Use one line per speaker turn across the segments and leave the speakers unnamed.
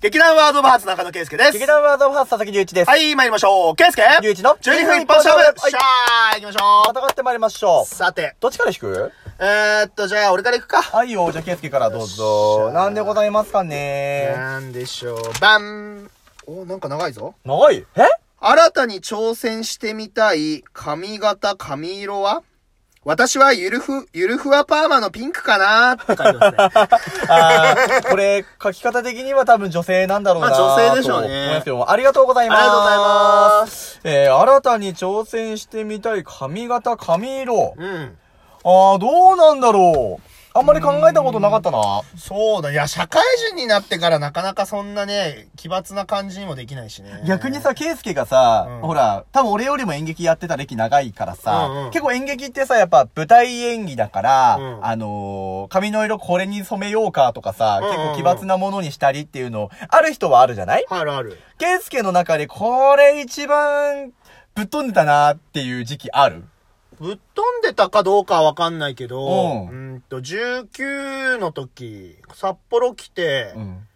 劇団ワードオブハーツ中野圭介です。
劇団ワードオブハーツ佐々木隆一です。
はい、参りましょう。圭介
隆一の
12分一本勝負よっしゃー行きましょ
戦ってまいりましょ
うさて
う。、どっちから引く
えーっと、じゃあ俺から行くか。
はいよ、じゃあ、ケイスケからどうぞ。なんでございますかね
なんでしょう、バンお、なんか長いぞ。
長い。え
新たに挑戦してみたい髪型、髪色は私はゆるふ、ゆるふわパーマのピンクかなーって書いて ますね。
あーこれ、書き方的には多分女性なんだろうな
まあ女性でしょうね
と思いますけどもありがとうございます。
ありがとうございます。
えー、新たに挑戦してみたい髪型、髪色。
うん。
あー、どうなんだろう。あんまり考えたことなかったな。
そうだ。いや、社会人になってからなかなかそんなね、奇抜な感じにもできないしね。
逆にさ、ケイスケがさ、
うん
ほら、多分俺よりも演劇やってた歴長いからさ、
うんうん
結構演劇ってさ、やっぱ舞台演技だから、
うん
あのー髪の色これに染めようかとかさ、
うんうんうん
結構奇抜なものにしたりっていうの、ある人はあるじゃない
あるある。
ケイスケの中でこれ一番ぶっ飛んでたなっていう時期ある
ぶっ飛んでたかどうかはわかんないけど、
う
うんと、19の時、札幌来て、
うん。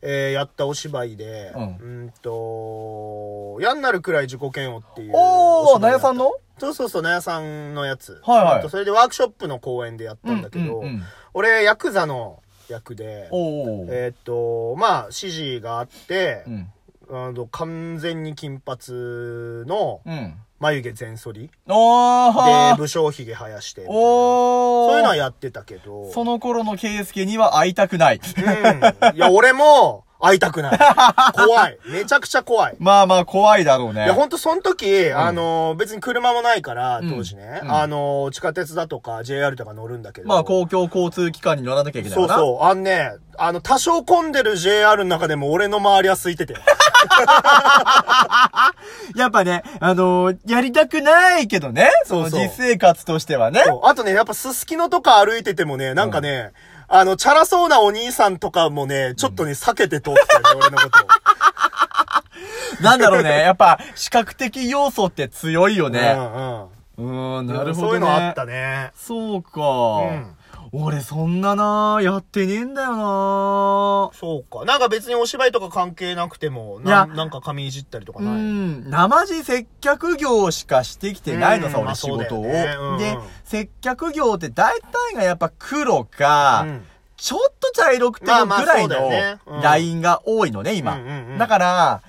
えーやったお芝居で、
う
うんん、と、嫌になるくらい自己嫌悪っていう。
おー、なやさん
の
の
そうそうそう、なやさんのやつ。
はいはい
うんとそれでワークショップの公演でやったんだけど、
うんうんうん
俺、ヤクザの役で、
おー。
えーっと、まあ、指示があって、
うん。
あの完全に金髪の
うん。
眉毛全剃り
お
で
ー。
武将髭生やしてみたいな
おー。
そういうのはやってたけど
その頃のケイスケには会いたくない。
うんいや俺も会いたく ない怖いめちゃくちゃ怖い
まあまあ、怖いだろうね。
いや、ほんと、その時、あの、別に車もないから、
うん
当時ね、
うん
あの、地下鉄だとか JR とか乗るんだけど。
まあ、公共交通機関に乗らなきゃいけない
そ
わ
う
な。
そう。あのね、あの、多少混んでる JR の中でも俺の周りは空い てて。
やっぱね、あのーやりたくないけどね。
そうそう
の実生活としてはね。
そうあとね、やっぱすすきのとか歩いててもね、なんかね、あの、チャラそうなお兄さんとかもね、ちょっとね、避けて通ってたよね、 俺のことを。
なんだろう ね。やっぱ、視覚的要素って強いよ
う
ね。
んうん。
うーん、なるほど、ね。
そういうのあったね。
そうか。
うん
俺、そんななやってねえんだよな
そうか。なんか別にお芝居とか関係なくても、
いや
なんなんか髪いじったりとか
う
ない。
ん、生地接客業しかしてきてないのさ、
うんま
俺
あ
仕事を。
そうだよねうんうん
で、接客業って大体がやっぱ黒か、
うん
ちょっと茶色くてもぐらい
まあまあそうだよねう
の
ん
ラインが多いのね、今
うんうんう。ん
だから、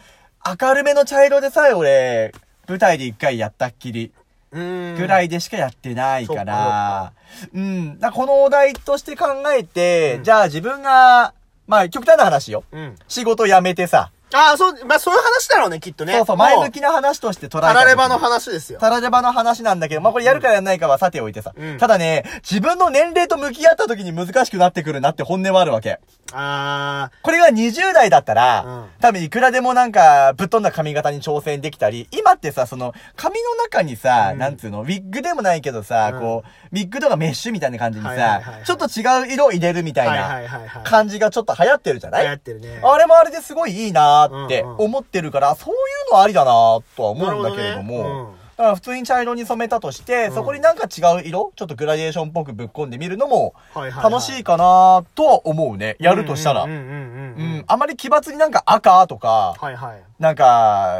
明るめの茶色でさえ俺、舞台で一回やったっきり
うん
ぐらいでしかやってないか
そ
ら、うん。だからこのお題として考えて、
うん
じゃあ自分が、まあ極端な話よ。
うん。
仕事辞めてさ、
ああ、そう、まあそういう話だろうね、きっとね。
そうそう、
も
前向きな話として捉えた
タ
時に。
ラレバの話ですよ。
タラジャバの話なんだけど、まあ、これやるかやらないかはさておいてさ。
うん
ただね、自分の年齢と向き合った時に難しくなってくるなって本音はあるわけ。
あ
これが20代だったら、
う
多分いくらでもなんか、ぶっ飛んだ髪型に挑戦できたり、今ってさ、その、髪の中にさ、
うん
なんつうの、ウィッグでもないけどさ、
うん
こう、ウィッグとかメッシュみたいな感じにさ、
はいはいはいはい
ちょっと違う色を入れるみ
あ。
たい
はいは
ない
はいはい。
感じがちょっと流行ってるじゃない、
流行ってるね。
あれもあれですごいいいなーって
うんうん
思ってるから、そういうのありだなーとは思うんだけれども、
なるほどねうん
だから普通に茶色に染めたとして、
うん
そこになんか違う色ちょっとグラデーションっぽくぶっ込んでみるのも
はいはいはい
楽しいかなーとは思うね。やるとしたら。
うん
う
うんんうんうんうん。
あまり奇抜になんか赤とか、
はいはい。
なんか、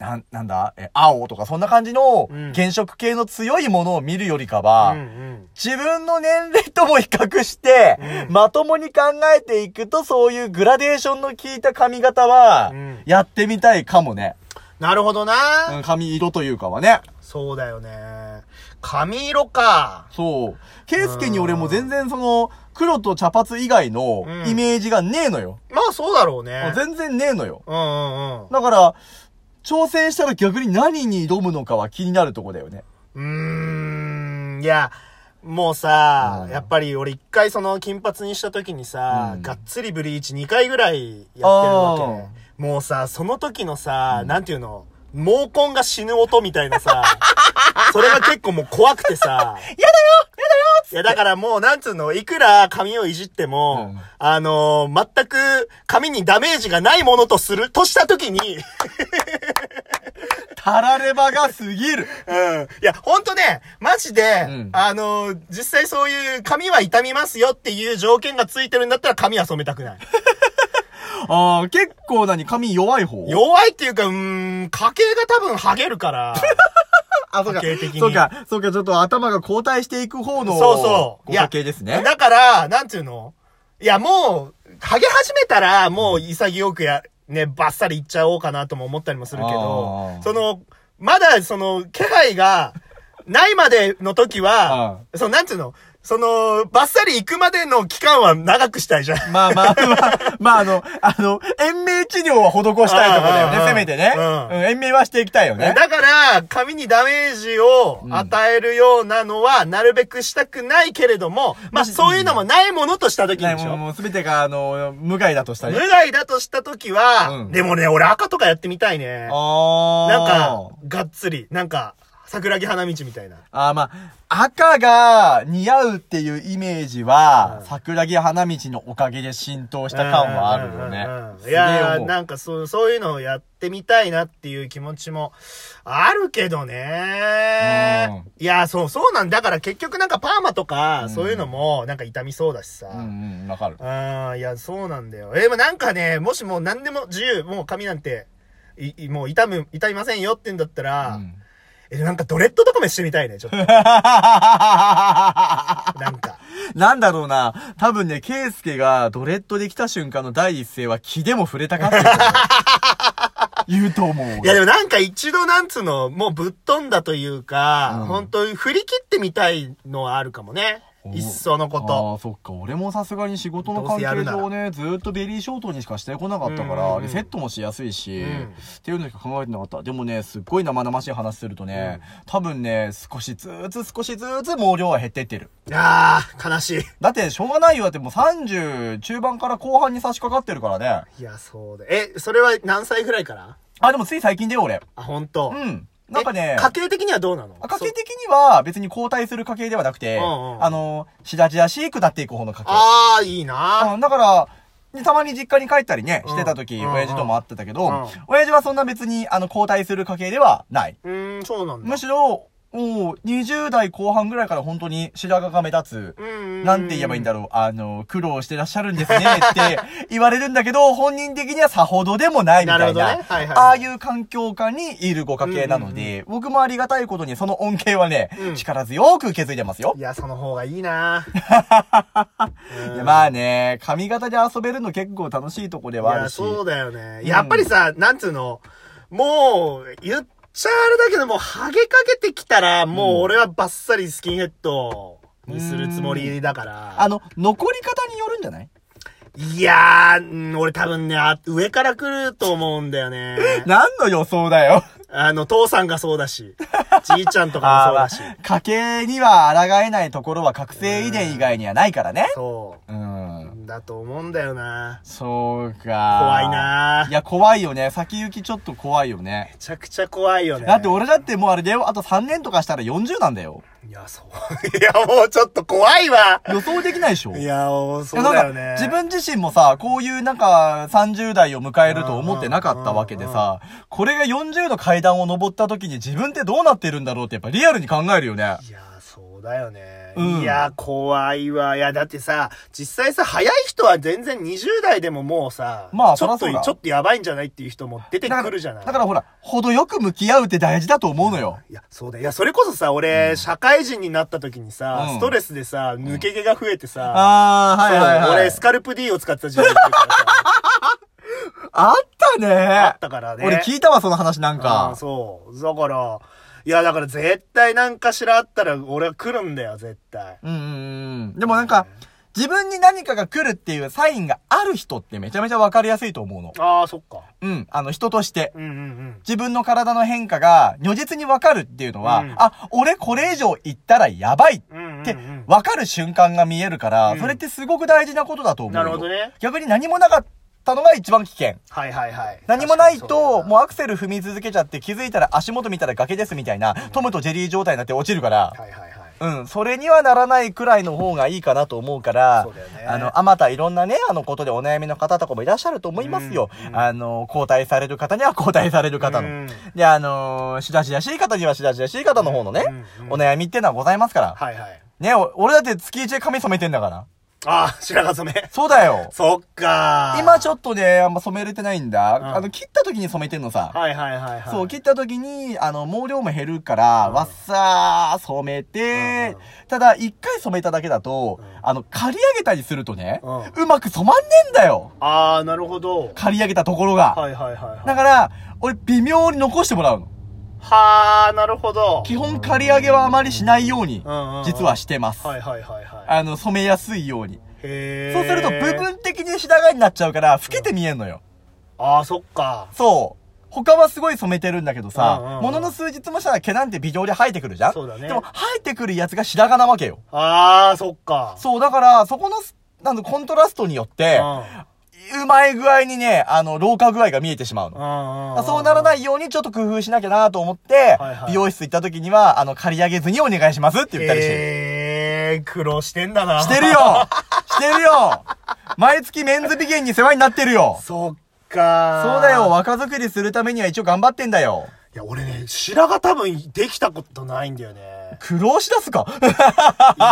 なんなんだえ青とかそんな感じの
うん
原色系の強いものを見るよりかは、
うんうん。
自分の年齢とも比較して、
うん
まともに考えていくと、そういうグラデーションの効いた髪型は
うん、
やってみたいかもね。
なるほどな、
うん髪色というかはね。
そうだよね。髪色か。
そう。ケイスケに俺も全然その、黒と茶髪以外の
うん
イメージがねえのよ。
まあそうだろうね。
全然ねえのよ。
うんうんうん。
だから、挑戦したら逆に何に挑むのかは気になるとこだよね。
うーん、いや、もうさ、
うん
やっぱり俺一回その金髪にした時にさ、
うん
がっつりブリーチ2回ぐらいやってる
あ
わけ。もうさ、その時のさ、なんていうの、毛根が死ぬ音みたいな さ、それが結構もう怖くてさ、いやだからもうなんつうの、いくら髪をいじっても、
うん
あのー全く髪にダメージがないものとする、とした時に、
タラレバがすぎる。
うんいや、ほんとね、マジで、
うん
あのー実際そう いう、髪は傷みますよっていう条件がついてるんだったら髪は染めたくない。
ああ、結構なに髪弱い方
弱いっていうか、うーん、家計が多分ハゲるから。
あ、そうか
家計的に。
そうか、そうか、ちょっと頭が後退していく方の。
そうそう。
ご家系です
い
ね
や。だから、なんていうのいや、もう、ハゲ始めたら、もう潔くや、ね、バッサリいっちゃおうかなとも思ったりもするけ
あ
ど
ー、
その、まだ、その、気配が、ないまでの時は、その、なんていうのその、バッサリ行くまでの期間は長くしたいじゃん。
まあまあまあ、まああの、あの、延命治療は施したいところだよ
うんうんう
ね、
ん
せめてね。
うん
うん延命はしていきたいよね。
だから、髪にダメージを与えるようなのは、なるべくしたくないけれども、まあ、そういうのもないものとした時
ね、
にでし
もう、
ょ
もうすべてが、あの、無害だとしたり。
無害だとした時は、
うん
でもね、俺赤とかやってみたいね。
ああ。
なんか、、がっつり。なんか、桜木花道みたいな。
あーまあ、赤が似合うっていうイメージは、
うん
桜木花道のおかげで浸透した感はあるよ
うんうんうん
ね。
いやー、
な
なんかそう、そういうのをやってみたいなっていう気持ちもあるけどね。いやー、そう、そうなんだから結局なんかパーマとか、
うん
そういうのもなんか痛みそうだしさ。
うんうん、わかる。
ああ、いや、そうなんだよ。え、まあなんかね、もしもう何でも自由、もう髪なんて、い、いもう痛む、痛みませんよってんだったら、
うん
え、なんかドレッドとかもしてみたいね、ちょっと。なんか。
なん だろうな。多分ね、ケイスケがドレッドできた瞬間の第一声は気でも触れたかったよね。言うと思う。
いやでもなんか一度なんつうの、もうぶっ飛んだというか、
うん
本当に振り切ってみたいのはあるかもね。
お
いっそのこと。
ああ、そっか。俺もさすがに仕事の
どう
関
せや
係
るなら
上ね、ずーっとベリーショートにしかしてこなかったか
うんうん
ら、
うん
でセットもしやすいし、
うん
っていうのしか考えてなかった。でもね、すっごい生々しい話するとね、多分ね、少しずつ少しずつ毛量は減ってってる。
いやー、悲しい。
だって、しょうがないよ。だってもう30中盤から後半に差し掛かってるからね。
いや、そうだ。え、それは何歳ぐらいから
あ、でもつい最近だよ、俺。
あ、本当。
うん。なんか
え、
ね
家計的にはどうなの
家計的には別に後退する家計ではなくて、
うんうん
あの、しだじだし下っていく方の家計。
ああ、いいな、
うん、だから、ねたまに実家に帰ったりね、してた時、
うん
親父とも会ってたけど、
うん
親父はそんな別に、あの、交代する家系ではない。
うーん、そうなんだ
む。しろ、もう、20代後半ぐらいから本当に白髪が目立
う
つ、
ん
なんて言えばいいんだろう、あの、苦労してらっしゃる んですね、って言われるんだけど、本人的にはさほどでもないみた
なる
いな
ほどねはいはいはい
ああいう環境下にいるご家系なので、僕もありがたいことにその恩恵はね、
うん
力強く受け継いでますよ
い。や、その方がいいな
い
うん
やまあね、髪型で遊べるの結構楽しいとこではいあ
や、
るし。
そうだよね。
ん
やっぱりさ、なんつうの、もう、言っちゃあれだけど、もう、ハゲかけてきたら、もう俺はバッサリスキンヘッドにするつもりだから。
あの、残り方によるんじゃ ない
いやー、うん俺多分ね、あ上から来ると思うんだよね。
何の予想だよ。
あの、父さんがそうだ し、じいちゃんとかも そうだし。
家計には抗えないところは覚醒遺伝以外にはないからね。
そ
うん。
う。だと思うんだよな。
そうか。
怖いなぁ
いや、怖いよね。先行きちょっと怖いよね
め。ちゃくちゃ怖いよね。
だって俺だってもうあれだよ。あと3年とかしたら40なんだよ。
いや、そう。いや、もうちょっと怖いわ。
予想できないでしょ。
いや、もうそう
なん
だ
か
よね。
自分自身もさ、こういうなんか30代を迎えると思ってなかったわけでさ、これが40の階段を登った時に自分ってどうなってるんだろうってやっぱリアルに考えるよね。
いやー、そうだよね。
うん
いやー、怖いわ。いや、だってさ、実際さ、早い人は全然20代でももうさ、
まあ
ちょっ
そ
と、
りゃそうだ
ちょっとやばいんじゃないっていう人も出て
だか
く
ら
るじゃない。
だからほら、程よく向き合うって大事だと思うのよ。
いや、そうだよ。いや、それこそさ、俺、社会人になった時にさ、
うん
ストレスでさ、抜け毛が増えてさ、
ああ、は
そう
いはいはい。
俺、スカルプ D を使ってた時代があるからさ
あった ね
あったからね。
俺聞いたわ、その話なん
うん
か。
そう。だから、いや、だから絶対なんかしらあったら、俺は来るんだよ、絶対。
うんうんうん。でもなんか、自分に何かが来るっていうサインがある人ってめちゃめちゃわかりやすいと思うの。
ああ、そっか。
うん。あの、人として。
うんうんうん。
自分の体の変化が如実にわかるっていうのは、
うん
あ、俺これ以上言ったらやばいっ
うんうんうん、
てわかる瞬間が見えるから、
うん
それってすごく大事なことだと思うよ。
なるほどね
逆に何もなかったのが一番危険。
はいはいはい。
何もない
確かにそうだ
と、もうアクセル踏み続けちゃって気づいたら足元見たら崖ですみたいな、トムとジェリー状態になって落ちるから、
はいはいはい。
うん、それにはならないくらいの方がいいかなと思うから
そうだよね、
あの、あまたいろんなね、あのことでお悩みの方とかもいらっしゃると思いますよ。
うんうん
あの、交代される方には交代される方
うん
の。で、あのー、しだしだしい方にはしだしだしい方の方のね
うんう、ん
お悩みってのはございますから。
はいはい。
ね、お俺だって月一で髪染めてんだから。
ああ、白髪染め。
そうだよ。
そっかー。
今
ょ
ちょっとね、あんま染めれてないんだ。
ん
あの、切った時に染めてんのさ。
はいはいはいはい。
そう、切った時に、あの、毛量も減るから、わっさー染めて、ただ、一回染めただけだと、あの、刈り上げたりするとね、
う
うまく染まんねえんだよ
ああ、なるほど。
刈り上げたところが。
はいはいはいはい。
だから、俺、微妙に残してもらうの。
はあ、なるほど。
基本、刈り上げはあまりしないように
うんうんうん、
実はしてます。
はいはいはいはい。
あの、染めやすいように。
へえ。
そうすると、部分的に白髪になっちゃうから、老けて見えんのよ。
ああ、そっか。
そう。他はすごい染めてるんだけ
うん
ど
うん
さ
う、ん
ものの数日もしたら毛なんて微量で生えてくるじゃん
そうだね
でも生えてくるやつが白髪なわけよ。
ああ、そっか。
そう、だから、そこのす、あの、コントラストによって、うまい具合にね、あの、老化具合が見えてしまうの。
あ。
そうならないいようにちょっと工夫しなきゃなと思って、
はいはい
美容室行った時には、あの、刈り上げずにお願いしますって言ったりしてる。
へえ、苦労してんだな。
してるよ してるよ毎月メンズ美ンに世話になってるよ
そっか。
そうだよ、。若作りするためには一応頑張ってんだよ。。
いや、俺ね、白髪多分できたことないんだよね
苦労しだすか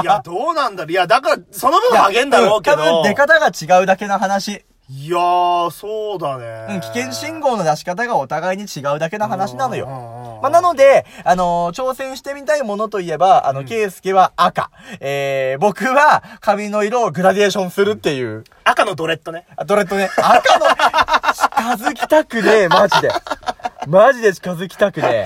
い や、どうなんだろう。いや、だから、その分あげんだろうけど。
多分出方が違うだけの話。
いやー、そうだね。
うん、危険信号の出し方がお互いに違うだけの話なのよ。
うんうんうんうん
まあ、なので、あのー挑戦してみたいものといえば、あの、ケイスケは赤。えー、僕は髪の色をグラデーションするっていう。
赤のドレッドね。
あドレッドね、赤の、近づきたくねえ、マジで。マジで近づきたくね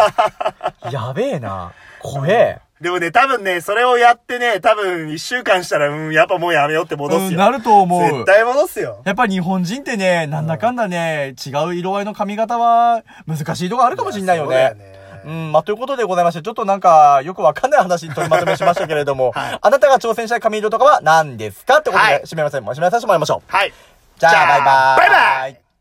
え。やべえな。怖え。
でもね、多分ね、それをやってね、多分一週間したら、うん、やっぱもうやめようって戻すよ。
うん、なると思う。
絶対戻すよ。
やっぱ日本人ってね、なんだかんだね、違う色合いの髪型は難しいとこあるかもしんないよ
いや
ね
そう。だよね
うん、まあ、ということでございまして、ちょっとなんか、よくわかんない話に取りまとめしましたけれども、
はい
あなたが挑戦したい髪色とかは何ですかってことで、
はい
締めません。締めさせてもらいましょう。
はい。
じゃあ、バイバーイ。
バイバイ
イ